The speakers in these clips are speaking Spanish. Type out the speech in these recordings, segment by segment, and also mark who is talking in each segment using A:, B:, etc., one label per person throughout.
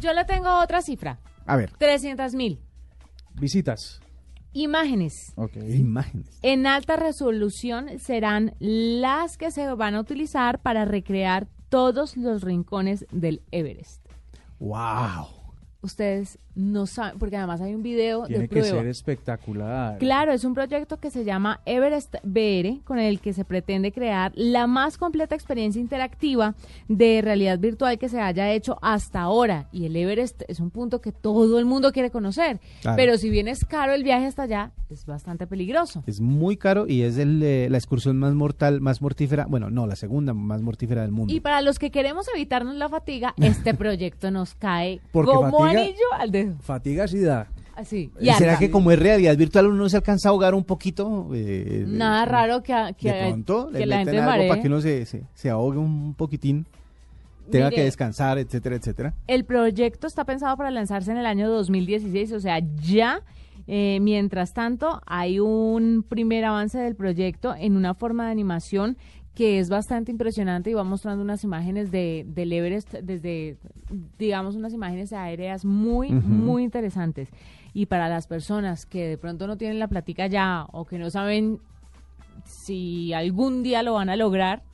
A: Yo le tengo otra cifra,
B: A ver,
A: 300 mil.
C: Visitas.
A: Imágenes
B: ok. Imágenes.
A: en alta resolución serán las que se van a utilizar para recrear todos los rincones del Everest.
B: Wow.
A: Ustedes no saben, porque además hay un video
C: Tiene
A: de
C: que
A: prueba.
C: ser espectacular.
A: Claro, es un proyecto que se llama Everest BR, con el que se pretende crear la más completa experiencia interactiva de realidad virtual que se haya hecho hasta ahora. Y el Everest es un punto que todo el mundo quiere conocer.
B: Claro.
A: Pero si bien es caro el viaje hasta allá, es bastante peligroso.
B: Es muy caro y es el, eh, la excursión más mortal, más mortífera. Bueno, no, la segunda más mortífera del mundo.
A: Y para los que queremos evitarnos la fatiga, este proyecto nos cae
C: Porque
A: como
C: fatiga-
A: anillo al dedo.
C: Fatiga sí da.
A: Así.
B: ¿Y será
A: harta.
B: que como es realidad virtual uno se alcanza a ahogar un poquito? Eh,
A: Nada
B: de-
A: raro que, a- que,
B: de pronto
A: que
B: le
A: la
B: meten
A: gente
B: algo
A: maree.
B: para que uno se, se, se ahogue un poquitín, tenga
A: Mire,
B: que descansar, etcétera, etcétera.
A: El proyecto está pensado para lanzarse en el año 2016, o sea, ya. Eh, mientras tanto, hay un primer avance del proyecto en una forma de animación que es bastante impresionante y va mostrando unas imágenes de, del Everest desde, digamos, unas imágenes aéreas muy, muy interesantes. Y para las personas que de pronto no tienen la platica ya o que no saben si algún día lo van a lograr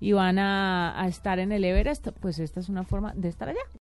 A: y van a, a estar en el Everest, pues esta es una forma de estar allá.